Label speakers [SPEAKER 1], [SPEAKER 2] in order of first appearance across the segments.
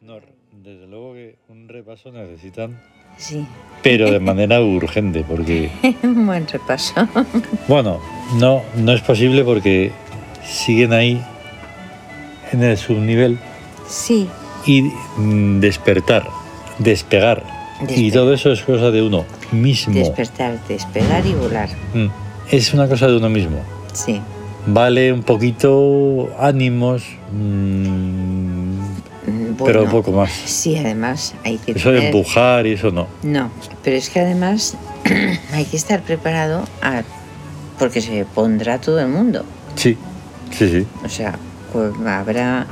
[SPEAKER 1] No, desde luego que un repaso necesitan,
[SPEAKER 2] Sí,
[SPEAKER 1] pero de manera urgente, porque,
[SPEAKER 2] un buen repaso.
[SPEAKER 1] bueno, no, no es posible porque siguen ahí en el subnivel
[SPEAKER 2] Sí,
[SPEAKER 1] y mm, despertar, despegar. Y
[SPEAKER 2] Despe-
[SPEAKER 1] todo eso es cosa de uno mismo.
[SPEAKER 2] despertar, despegar y volar.
[SPEAKER 1] Mm, Es una cosa de uno mismo.
[SPEAKER 2] Sí,
[SPEAKER 1] Vale un poquito ánimos, mm,
[SPEAKER 2] Mm,
[SPEAKER 1] pero
[SPEAKER 2] bueno,
[SPEAKER 1] poco más.
[SPEAKER 2] Sí, eh. además hay que
[SPEAKER 1] Eso de
[SPEAKER 2] tener...
[SPEAKER 1] empujar y eso no.
[SPEAKER 2] No, pero es que además hay que estar preparado a... porque se pondrá todo el mundo.
[SPEAKER 1] Sí, sí, sí,
[SPEAKER 2] O sea, pues habrá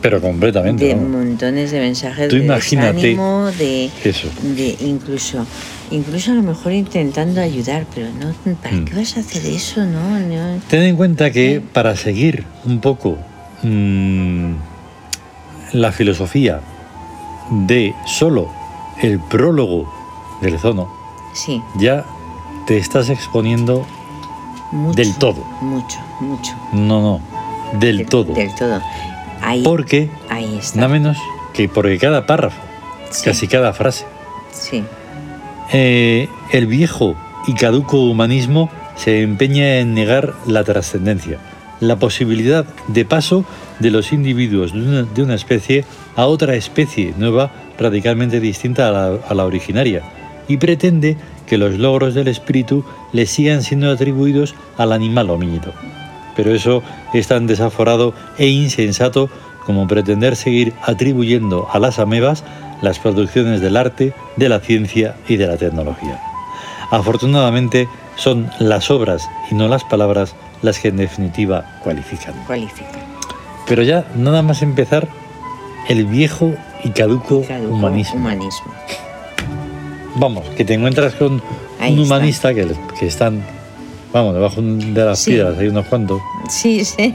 [SPEAKER 1] pero completamente.
[SPEAKER 2] de
[SPEAKER 1] vamos.
[SPEAKER 2] montones de mensajes
[SPEAKER 1] Tú
[SPEAKER 2] de
[SPEAKER 1] imagínate.
[SPEAKER 2] desánimo, de,
[SPEAKER 1] Eso.
[SPEAKER 2] de incluso incluso a lo mejor intentando ayudar, pero no ¿para
[SPEAKER 1] Mm.
[SPEAKER 2] qué vas a hacer eso? No, no.
[SPEAKER 1] Ten en cuenta que
[SPEAKER 2] Sí.
[SPEAKER 1] para seguir un poco mm, la filosofía de solo el prólogo del zono,
[SPEAKER 2] Sí,
[SPEAKER 1] ya te estás exponiendo
[SPEAKER 2] mucho.
[SPEAKER 1] del todo.
[SPEAKER 2] Mucho, mucho.
[SPEAKER 1] No, no, del todo.
[SPEAKER 2] Del todo. Ahí,
[SPEAKER 1] Porque,
[SPEAKER 2] ahí está.
[SPEAKER 1] nada menos que porque cada párrafo,
[SPEAKER 2] Sí,
[SPEAKER 1] casi cada frase,
[SPEAKER 2] Sí,
[SPEAKER 1] eh, el viejo y caduco humanismo se empeña en negar la trascendencia, la posibilidad de paso de los individuos de una, de una especie a otra especie nueva radicalmente distinta a la, a la originaria, y pretende que los logros del espíritu le sigan siendo atribuidos al animal homínido. Pero eso es tan desaforado e insensato como pretender seguir atribuyendo a las amebas las producciones del arte, de la ciencia y de la tecnología. Afortunadamente son las obras y no las palabras las que en definitiva cualifican.
[SPEAKER 2] cualifica.
[SPEAKER 1] Pero ya nada más empezar el viejo y caduco,
[SPEAKER 2] Caduco,
[SPEAKER 1] humanismo.
[SPEAKER 2] humanismo.
[SPEAKER 1] Vamos, que te encuentras con
[SPEAKER 2] Ahí
[SPEAKER 1] un
[SPEAKER 2] está.
[SPEAKER 1] humanista que, que están, vamos, debajo de las
[SPEAKER 2] Sí.
[SPEAKER 1] piedras, hay unos cuantos.
[SPEAKER 2] Sí, sí.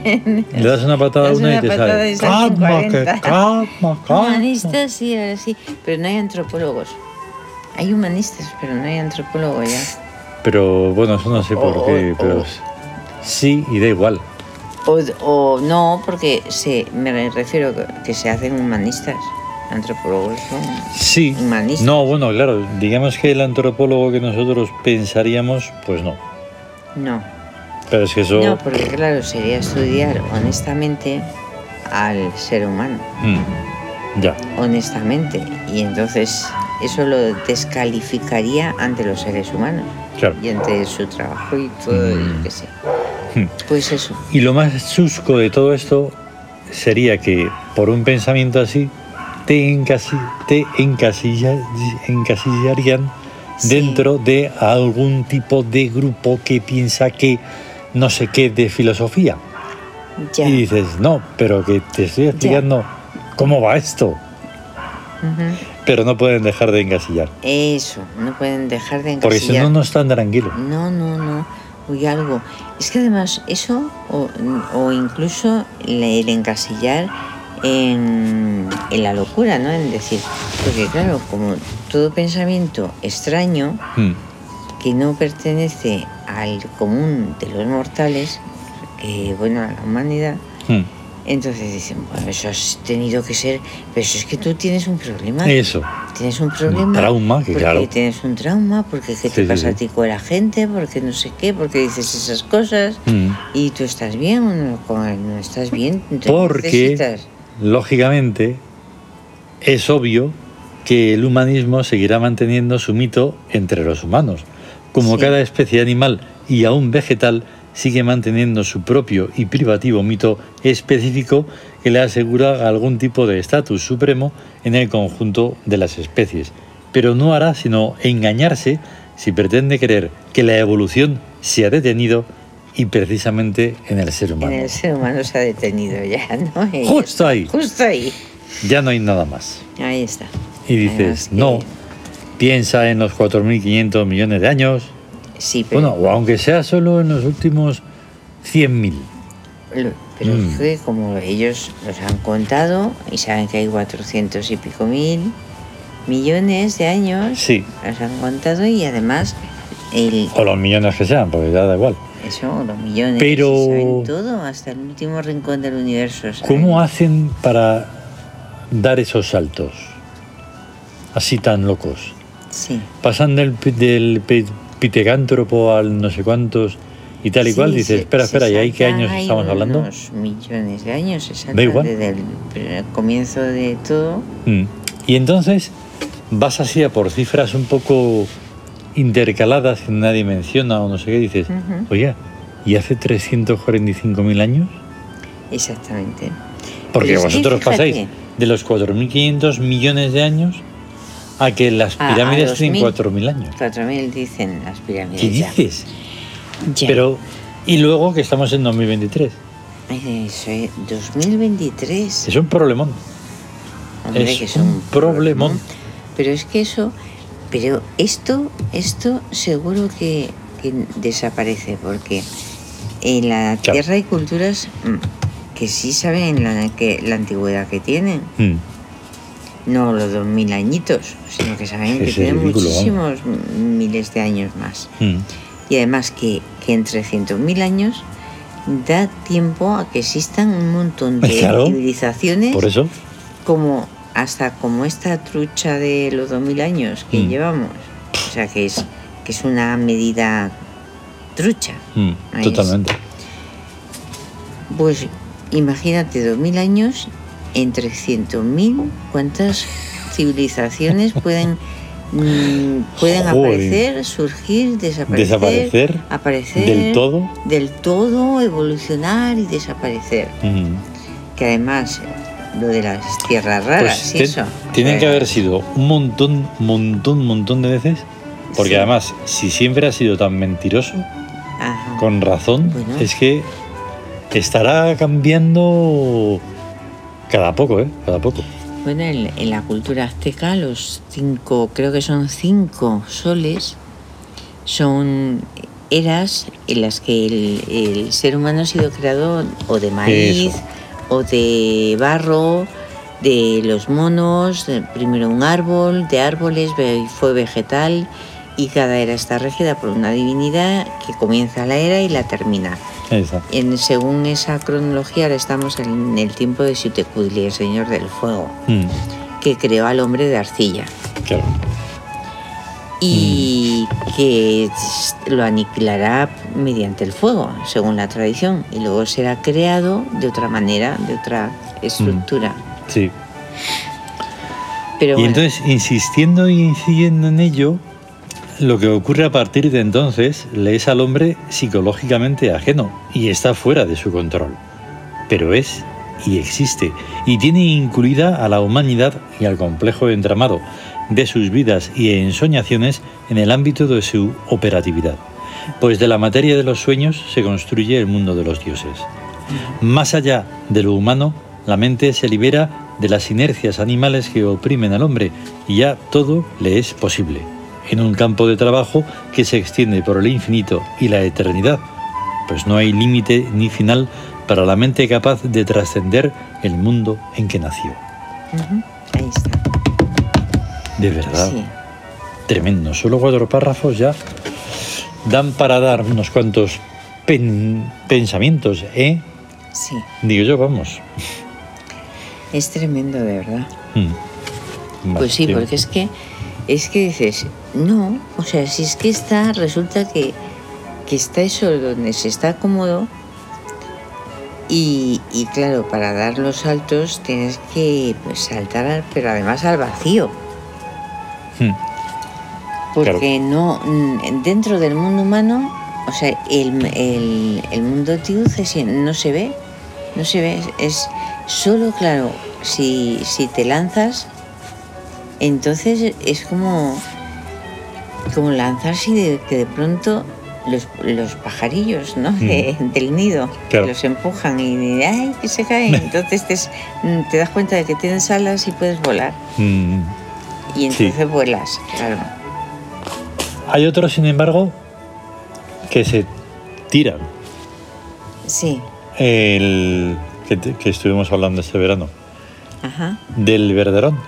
[SPEAKER 1] Le das una patada a
[SPEAKER 2] Das
[SPEAKER 1] una,
[SPEAKER 2] una
[SPEAKER 1] y te
[SPEAKER 2] patada
[SPEAKER 1] sale.
[SPEAKER 2] y salen
[SPEAKER 1] Calma, que
[SPEAKER 2] 40.
[SPEAKER 1] calma, calma.
[SPEAKER 2] Humanistas, sí, ahora sí. Pero no hay antropólogos. Hay humanistas, pero no hay antropólogos ya.
[SPEAKER 1] Pero bueno, eso no sé por
[SPEAKER 2] O-
[SPEAKER 1] qué,
[SPEAKER 2] o-
[SPEAKER 1] pero
[SPEAKER 2] o-
[SPEAKER 1] sí y da igual.
[SPEAKER 2] O, o no, porque se, me refiero que- que se hacen humanistas. Antropólogos no.
[SPEAKER 1] Sí.
[SPEAKER 2] Humanistas.
[SPEAKER 1] No, bueno, claro, digamos que el antropólogo que nosotros pensaríamos, pues no.
[SPEAKER 2] No.
[SPEAKER 1] Pero es que eso.
[SPEAKER 2] No, porque claro, sería estudiar honestamente al ser humano.
[SPEAKER 1] Mm, ya.
[SPEAKER 2] Honestamente. Y entonces eso lo descalificaría ante los seres humanos.
[SPEAKER 1] Claro. Mm.
[SPEAKER 2] Y ante su trabajo y todo, yo qué sé.
[SPEAKER 1] Hmm.
[SPEAKER 2] Pues eso.
[SPEAKER 1] Y lo más chusco de todo esto sería que por un pensamiento así te, encasi te encasilla encasillarían
[SPEAKER 2] Sí.
[SPEAKER 1] dentro de algún tipo de grupo que piensa que no sé qué de filosofía.
[SPEAKER 2] Ya.
[SPEAKER 1] Y dices, no, pero que te estoy explicando cómo va esto.
[SPEAKER 2] Ujú.
[SPEAKER 1] Pero no pueden dejar de encasillar.
[SPEAKER 2] Eso, no pueden dejar de
[SPEAKER 1] Porque si
[SPEAKER 2] encasillar.
[SPEAKER 1] no, no están tranquilos.
[SPEAKER 2] no, no, no. Uy, algo. Es que además eso, o, o incluso le- el encasillar en, en la locura, ¿no? En decir, porque claro, como todo pensamiento extraño
[SPEAKER 1] Mm,
[SPEAKER 2] que no pertenece al común de los mortales, que bueno, a la humanidad,
[SPEAKER 1] mm.
[SPEAKER 2] entonces dicen, bueno, eso has tenido que ser, pero eso es que tú tienes un problema.
[SPEAKER 1] Eso.
[SPEAKER 2] Tienes un problema.
[SPEAKER 1] trauma, que
[SPEAKER 2] porque
[SPEAKER 1] claro.
[SPEAKER 2] Tienes un trauma, porque
[SPEAKER 1] Sí,
[SPEAKER 2] qué te
[SPEAKER 1] sí,
[SPEAKER 2] pasa
[SPEAKER 1] sí.
[SPEAKER 2] a ti con la gente, porque no sé qué, porque dices esas cosas
[SPEAKER 1] Mm.
[SPEAKER 2] y tú estás bien o no, con- no estás bien. te
[SPEAKER 1] Porque-
[SPEAKER 2] necesitas.
[SPEAKER 1] Lógicamente, es obvio que el humanismo seguirá manteniendo su mito entre los humanos, como
[SPEAKER 2] Sí.
[SPEAKER 1] cada especie animal y aún vegetal sigue manteniendo su propio y privativo mito específico que le asegura algún tipo de estatus supremo en el conjunto de las especies. Pero no hará sino engañarse si pretende creer que la evolución se ha detenido y precisamente en el ser
[SPEAKER 2] En
[SPEAKER 1] humano.
[SPEAKER 2] el ser humano se ha detenido ya, ¿no? Y-
[SPEAKER 1] Justo ahí,
[SPEAKER 2] Justo ahí.
[SPEAKER 1] ya no hay nada más.
[SPEAKER 2] Ahí está.
[SPEAKER 1] Y dices,
[SPEAKER 2] Además que-
[SPEAKER 1] no, piensa en los 4.500 millones de años,
[SPEAKER 2] Sí,
[SPEAKER 1] bueno,
[SPEAKER 2] pero,
[SPEAKER 1] o aunque sea solo en los últimos 100.000.
[SPEAKER 2] lo- pero
[SPEAKER 1] Mm.
[SPEAKER 2] es que como ellos los han contado y saben que hay 400 y pico mil millones de años,
[SPEAKER 1] Sí,
[SPEAKER 2] los han contado y además el,
[SPEAKER 1] o los millones que sean, porque ya da igual.
[SPEAKER 2] Eso, los millones.
[SPEAKER 1] Pero-
[SPEAKER 2] se saben todo, hasta el último rincón del universo. ¿saben?
[SPEAKER 1] ¿Cómo hacen para dar esos saltos, así tan locos.
[SPEAKER 2] sí.
[SPEAKER 1] Pasan del, pi- del pi- pitecántropo al no sé cuántos y tal y
[SPEAKER 2] Sí,
[SPEAKER 1] cual, dices,
[SPEAKER 2] se-
[SPEAKER 1] espera,
[SPEAKER 2] se
[SPEAKER 1] espera, ¿y ahí qué
[SPEAKER 2] saltan,
[SPEAKER 1] años
[SPEAKER 2] hay
[SPEAKER 1] estamos hablando?
[SPEAKER 2] Unos millones de años, exacto.
[SPEAKER 1] igual.
[SPEAKER 2] Desde el pr- comienzo de todo.
[SPEAKER 1] Mm. Y entonces vas así a por cifras un poco intercaladas que nadie menciona o no sé qué, dices,
[SPEAKER 2] Ujú.
[SPEAKER 1] oye, ¿y hace 345.000 años?
[SPEAKER 2] Exactamente.
[SPEAKER 1] Porque
[SPEAKER 2] Pero es que
[SPEAKER 1] vosotros
[SPEAKER 2] fíjate.
[SPEAKER 1] pasáis de los 4.500 millones de años a que las
[SPEAKER 2] A- a
[SPEAKER 1] pirámides tienen
[SPEAKER 2] 2000.
[SPEAKER 1] 4.000 años.
[SPEAKER 2] 4.000 dicen las pirámides.
[SPEAKER 1] ¿Qué
[SPEAKER 2] ya.
[SPEAKER 1] dices?
[SPEAKER 2] Ya.
[SPEAKER 1] Pero, y luego que estamos en 2023.
[SPEAKER 2] Ay, Eso es 2023.
[SPEAKER 1] Es un problemón.
[SPEAKER 2] Hombre,
[SPEAKER 1] es
[SPEAKER 2] que son
[SPEAKER 1] un problemón.
[SPEAKER 2] Pero es que eso. Pero esto, esto seguro que, que desaparece, porque en la
[SPEAKER 1] Claro.
[SPEAKER 2] tierra hay culturas mm, que sí saben la, que, la antigüedad que tienen.
[SPEAKER 1] Mm.
[SPEAKER 2] No los dos mil añitos, sino que saben que
[SPEAKER 1] Es
[SPEAKER 2] tienen
[SPEAKER 1] ridículo,
[SPEAKER 2] muchísimos miles de años más.
[SPEAKER 1] Mm.
[SPEAKER 2] Y además que, que en 300.000 años da tiempo a que existan un montón de
[SPEAKER 1] Claro,
[SPEAKER 2] civilizaciones
[SPEAKER 1] Por eso,
[SPEAKER 2] como hasta como esta trucha de los 2.000 años que
[SPEAKER 1] Mm.
[SPEAKER 2] llevamos. O sea que es, que es una medida trucha.
[SPEAKER 1] mm,
[SPEAKER 2] Ahí es.
[SPEAKER 1] totalmente.
[SPEAKER 2] Pues imagínate 2.000 años en 300.000, ¿cuántas civilizaciones pueden, mm, pueden
[SPEAKER 1] Joder.
[SPEAKER 2] aparecer, surgir, desaparecer?
[SPEAKER 1] Desaparecer
[SPEAKER 2] aparecer
[SPEAKER 1] del todo.
[SPEAKER 2] del todo, evolucionar y desaparecer.
[SPEAKER 1] Mm.
[SPEAKER 2] Que además, lo de las tierras raras
[SPEAKER 1] Pues
[SPEAKER 2] y
[SPEAKER 1] te-
[SPEAKER 2] eso.
[SPEAKER 1] tienen que
[SPEAKER 2] eh,
[SPEAKER 1] haber sido un montón, montón, montón de veces. Porque
[SPEAKER 2] Sí.
[SPEAKER 1] además, si siempre ha sido tan mentiroso,
[SPEAKER 2] ajá.
[SPEAKER 1] con razón,
[SPEAKER 2] Bueno.
[SPEAKER 1] es que estará cambiando cada poco, ¿eh? Cada poco.
[SPEAKER 2] Bueno, en, en la cultura azteca los cinco, creo que son cinco soles, son eras en las que el, el ser humano ha sido creado o de maíz
[SPEAKER 1] Eso.
[SPEAKER 2] o de barro, de los monos, de- primero un árbol, de árboles ve- fue vegetal y cada era está regida por una divinidad que comienza la era y la termina.
[SPEAKER 1] Ahí está.
[SPEAKER 2] En, según esa cronología ahora estamos en el tiempo de Xiuhtecuhtli, el señor del fuego
[SPEAKER 1] Mm,
[SPEAKER 2] que creó al hombre de arcilla
[SPEAKER 1] claro.
[SPEAKER 2] y
[SPEAKER 1] Mm.
[SPEAKER 2] que s- lo aniquilará mediante el fuego, según la tradición, y luego será creado de otra manera, de otra estructura.
[SPEAKER 1] Sí.
[SPEAKER 2] Pero
[SPEAKER 1] Y
[SPEAKER 2] bueno,
[SPEAKER 1] Mm. entonces, insistiendo y incidiendo en ello, lo que ocurre a partir de entonces le es al hombre psicológicamente ajeno y está fuera de su control. Pero es y existe y tiene incluida a la humanidad y al complejo entramado de sus vidas y ensoñaciones en el ámbito de su operatividad. Pues de la materia de los sueños se construye el mundo de los dioses. Más allá de lo humano, la mente se libera de las inercias animales que oprimen al hombre y ya todo le es posible, en un campo de trabajo que se extiende por el infinito y la eternidad, pues no hay límite ni final para la mente capaz de trascender el mundo en que nació.
[SPEAKER 2] ujú, ahí está.
[SPEAKER 1] De verdad,
[SPEAKER 2] Sí.
[SPEAKER 1] tremendo. Solo cuatro párrafos ya dan para dar unos cuantos pen- pensamientos, ¿eh?
[SPEAKER 2] Sí,
[SPEAKER 1] Digo yo, vamos.
[SPEAKER 2] es tremendo de verdad.
[SPEAKER 1] Mm. Vale,
[SPEAKER 2] Pues sí,
[SPEAKER 1] digo,
[SPEAKER 2] porque es que es que dices, no, o sea, si es que está, resulta que, que está eso donde se está cómodo y, y claro, para dar los saltos tienes que pues, saltar, al- pero además al vacío,
[SPEAKER 1] mm.
[SPEAKER 2] porque no, mm, dentro del mundo humano, o sea, el, el- el mundo tiud es- no se ve, no se ve, es solo, claro, si, si te lanzas, entonces es como, como lanzarse y de, que de pronto los, los pajarillos ¿no? De- del nido
[SPEAKER 1] Mm. Claro.
[SPEAKER 2] los empujan y ay, que se caen, entonces te, es- mm, te das cuenta de que tienes alas y puedes volar,
[SPEAKER 1] Mm.
[SPEAKER 2] y
[SPEAKER 1] Sí.
[SPEAKER 2] entonces vuelas, claro.
[SPEAKER 1] Hay otros, sin embargo, que se tiran.
[SPEAKER 2] Sí,
[SPEAKER 1] El que, te- que estuvimos hablando este verano
[SPEAKER 2] ajá.
[SPEAKER 1] del verderón.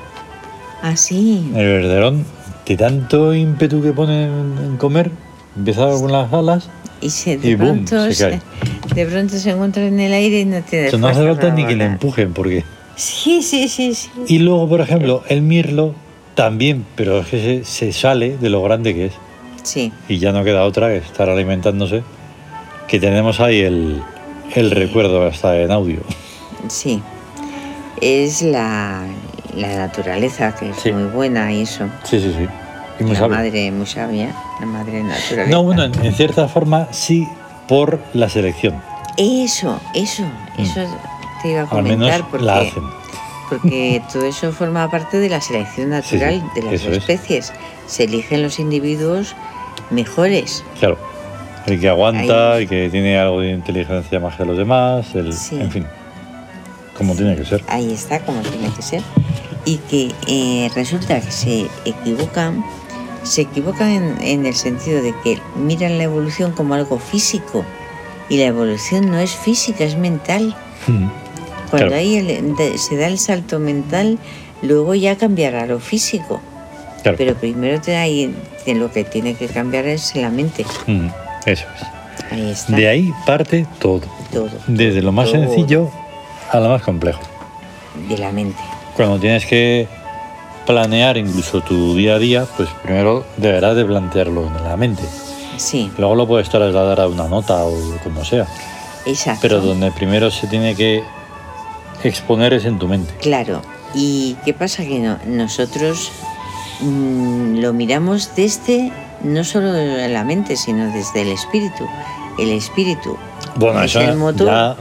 [SPEAKER 2] Ah, sí.
[SPEAKER 1] El verderón, de tanto ímpetu que pone en en comer, empieza con las alas.
[SPEAKER 2] Y, se, de,
[SPEAKER 1] Y boom,
[SPEAKER 2] pronto
[SPEAKER 1] se
[SPEAKER 2] se- de pronto se encuentra en el aire y no tiene
[SPEAKER 1] Eso no hace
[SPEAKER 2] fuerza
[SPEAKER 1] falta
[SPEAKER 2] para
[SPEAKER 1] ni que le
[SPEAKER 2] volar.
[SPEAKER 1] empujen, porque
[SPEAKER 2] Sí, sí, sí, sí.
[SPEAKER 1] Y luego, por ejemplo, el mirlo también, pero es que se, se sale de lo grande que es.
[SPEAKER 2] Sí,
[SPEAKER 1] Y ya no queda otra que estar alimentándose. Que tenemos ahí el, el recuerdo hasta en audio.
[SPEAKER 2] sí. Es la, la naturaleza que es
[SPEAKER 1] Sí.
[SPEAKER 2] muy buena y eso.
[SPEAKER 1] Sí, sí, sí. Y muy
[SPEAKER 2] la
[SPEAKER 1] sabio.
[SPEAKER 2] madre muy sabia, la madre naturaleza.
[SPEAKER 1] No, bueno, en, en cierta forma sí por la selección.
[SPEAKER 2] Eso, eso, eso te iba
[SPEAKER 1] Mm.
[SPEAKER 2] a
[SPEAKER 1] Al
[SPEAKER 2] comentar
[SPEAKER 1] menos
[SPEAKER 2] porque,
[SPEAKER 1] la hacen.
[SPEAKER 2] porque todo eso forma parte de la selección
[SPEAKER 1] Sí, sí,
[SPEAKER 2] natural de las
[SPEAKER 1] eso es.
[SPEAKER 2] especies. Se eligen los individuos mejores.
[SPEAKER 1] Claro. El que aguanta,
[SPEAKER 2] Ahí.
[SPEAKER 1] el que tiene algo de inteligencia más que los demás, el,
[SPEAKER 2] Sí.
[SPEAKER 1] en fin. Como tiene que ser.
[SPEAKER 2] Ahí está, como tiene que ser. Y que eh, resulta que se equivocan, se equivocan en, en el sentido de que miran la evolución como algo físico. Y la evolución no es física, es mental.
[SPEAKER 1] Mm.
[SPEAKER 2] Cuando
[SPEAKER 1] Claro.
[SPEAKER 2] ahí el- de- se da el salto mental, luego ya cambiará lo físico.
[SPEAKER 1] Claro.
[SPEAKER 2] Pero primero te, ahí, te- lo que tiene que cambiar es la mente.
[SPEAKER 1] Mm. Eso es.
[SPEAKER 2] Ahí está
[SPEAKER 1] De ahí parte todo.
[SPEAKER 2] todo.
[SPEAKER 1] Desde lo más
[SPEAKER 2] Todo
[SPEAKER 1] sencillo a lo más complejo.
[SPEAKER 2] De la mente.
[SPEAKER 1] Cuando tienes que planear incluso tu día a día, pues primero deberás de plantearlo en la mente.
[SPEAKER 2] Sí,
[SPEAKER 1] Luego lo puedes trasladar a una nota o como sea.
[SPEAKER 2] exacto.
[SPEAKER 1] Pero donde primero se tiene que exponer es en tu mente.
[SPEAKER 2] Claro. ¿Y qué pasa? Que no, nosotros mm, lo miramos desde, no solo de la mente, sino desde el espíritu. El espíritu
[SPEAKER 1] Bueno,
[SPEAKER 2] es
[SPEAKER 1] eso
[SPEAKER 2] el motor
[SPEAKER 1] ya-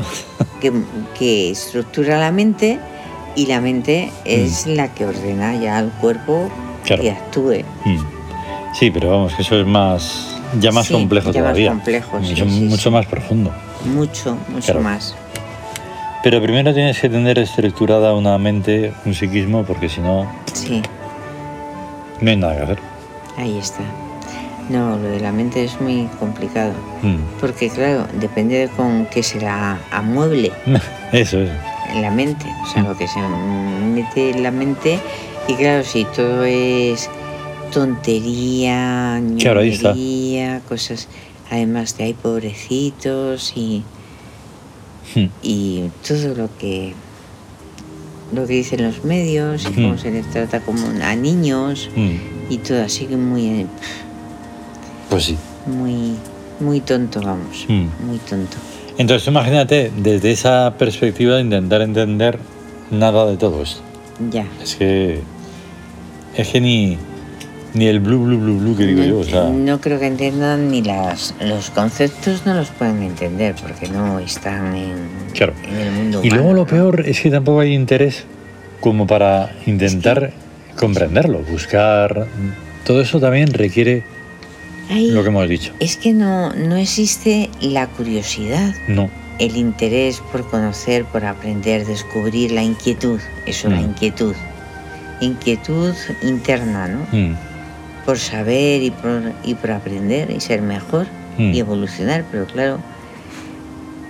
[SPEAKER 2] que, que estructura la mente y la mente es la que ordena ya al cuerpo
[SPEAKER 1] Mm. Claro.
[SPEAKER 2] que actúe.
[SPEAKER 1] Mm. Sí, pero vamos, que eso es más ya más
[SPEAKER 2] Sí,
[SPEAKER 1] complejo
[SPEAKER 2] ya más
[SPEAKER 1] todavía.
[SPEAKER 2] complejo, sí,
[SPEAKER 1] mucho
[SPEAKER 2] sí,
[SPEAKER 1] mucho
[SPEAKER 2] sí.
[SPEAKER 1] más profundo.
[SPEAKER 2] Mucho, mucho
[SPEAKER 1] Claro.
[SPEAKER 2] más.
[SPEAKER 1] Pero primero tienes que tener estructurada una mente, un psiquismo, porque si no,
[SPEAKER 2] Sí.
[SPEAKER 1] no hay nada que hacer.
[SPEAKER 2] Ahí está. No, lo de la mente es muy complicado.
[SPEAKER 1] Mm.
[SPEAKER 2] Porque claro, depende de con qué se la amueble
[SPEAKER 1] Eso es.
[SPEAKER 2] en la mente. O sea, lo que se mete en la mente. Y claro, si todo es tontería,
[SPEAKER 1] Claro, ahí está.
[SPEAKER 2] ñoñería, cosas... Además de hay pobrecitos y,
[SPEAKER 1] Mm.
[SPEAKER 2] y todo lo que lo que dicen los medios y cómo
[SPEAKER 1] Mm.
[SPEAKER 2] se les trata como a niños
[SPEAKER 1] Mm.
[SPEAKER 2] y todo así que muy
[SPEAKER 1] Pues sí.
[SPEAKER 2] Muy, muy tonto, vamos.
[SPEAKER 1] Mm.
[SPEAKER 2] Muy tonto.
[SPEAKER 1] Entonces imagínate desde esa perspectiva de intentar entender nada de todo esto.
[SPEAKER 2] Ya.
[SPEAKER 1] Es que es que ni ni el blue blue blue blue que digo
[SPEAKER 2] no,
[SPEAKER 1] yo, o sea,
[SPEAKER 2] no creo que entiendan ni las, los conceptos, no los pueden entender porque no están en,
[SPEAKER 1] Claro.
[SPEAKER 2] en el mundo.
[SPEAKER 1] y
[SPEAKER 2] humano,
[SPEAKER 1] luego lo
[SPEAKER 2] ¿no?
[SPEAKER 1] peor es que tampoco hay interés como para intentar comprenderlo, buscar todo eso también requiere
[SPEAKER 2] Ay,
[SPEAKER 1] lo que hemos dicho.
[SPEAKER 2] Es que no, no existe la curiosidad,
[SPEAKER 1] No,
[SPEAKER 2] el interés por conocer, por aprender, descubrir, la inquietud. Eso, la
[SPEAKER 1] Mm.
[SPEAKER 2] inquietud. Inquietud interna, ¿no?
[SPEAKER 1] Mm,
[SPEAKER 2] por saber y por, y por aprender y ser mejor
[SPEAKER 1] Mm.
[SPEAKER 2] y evolucionar, pero claro,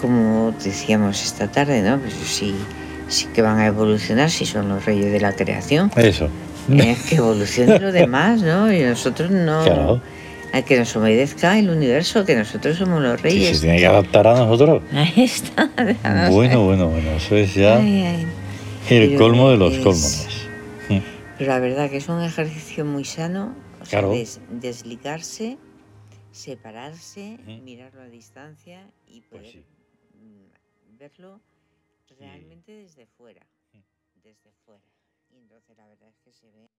[SPEAKER 2] como decíamos esta tarde, ¿no? Pues sí, sí que van a evolucionar si son los reyes de la creación.
[SPEAKER 1] eso.
[SPEAKER 2] Eh, que evolucione lo demás, ¿no? Y nosotros no.
[SPEAKER 1] Claro.
[SPEAKER 2] A que nos obedezca el universo, que nosotros somos los
[SPEAKER 1] Si se
[SPEAKER 2] reyes.
[SPEAKER 1] tiene que adaptar a nosotros.
[SPEAKER 2] Ahí está. vamos.
[SPEAKER 1] Bueno, bueno, bueno, eso es ya
[SPEAKER 2] Ay, ay.
[SPEAKER 1] el
[SPEAKER 2] pero
[SPEAKER 1] colmo de los
[SPEAKER 2] es-
[SPEAKER 1] colmones. Mm.
[SPEAKER 2] Pero la verdad que es un ejercicio muy sano, o sea,
[SPEAKER 1] Claro.
[SPEAKER 2] des- desligarse, separarse,
[SPEAKER 1] Ujú.
[SPEAKER 2] mirarlo a distancia y
[SPEAKER 1] Pues
[SPEAKER 2] poder
[SPEAKER 1] sí.
[SPEAKER 2] mm, verlo realmente desde fuera.
[SPEAKER 1] Mm.
[SPEAKER 2] Desde fuera. Y entonces la verdad es que se ve.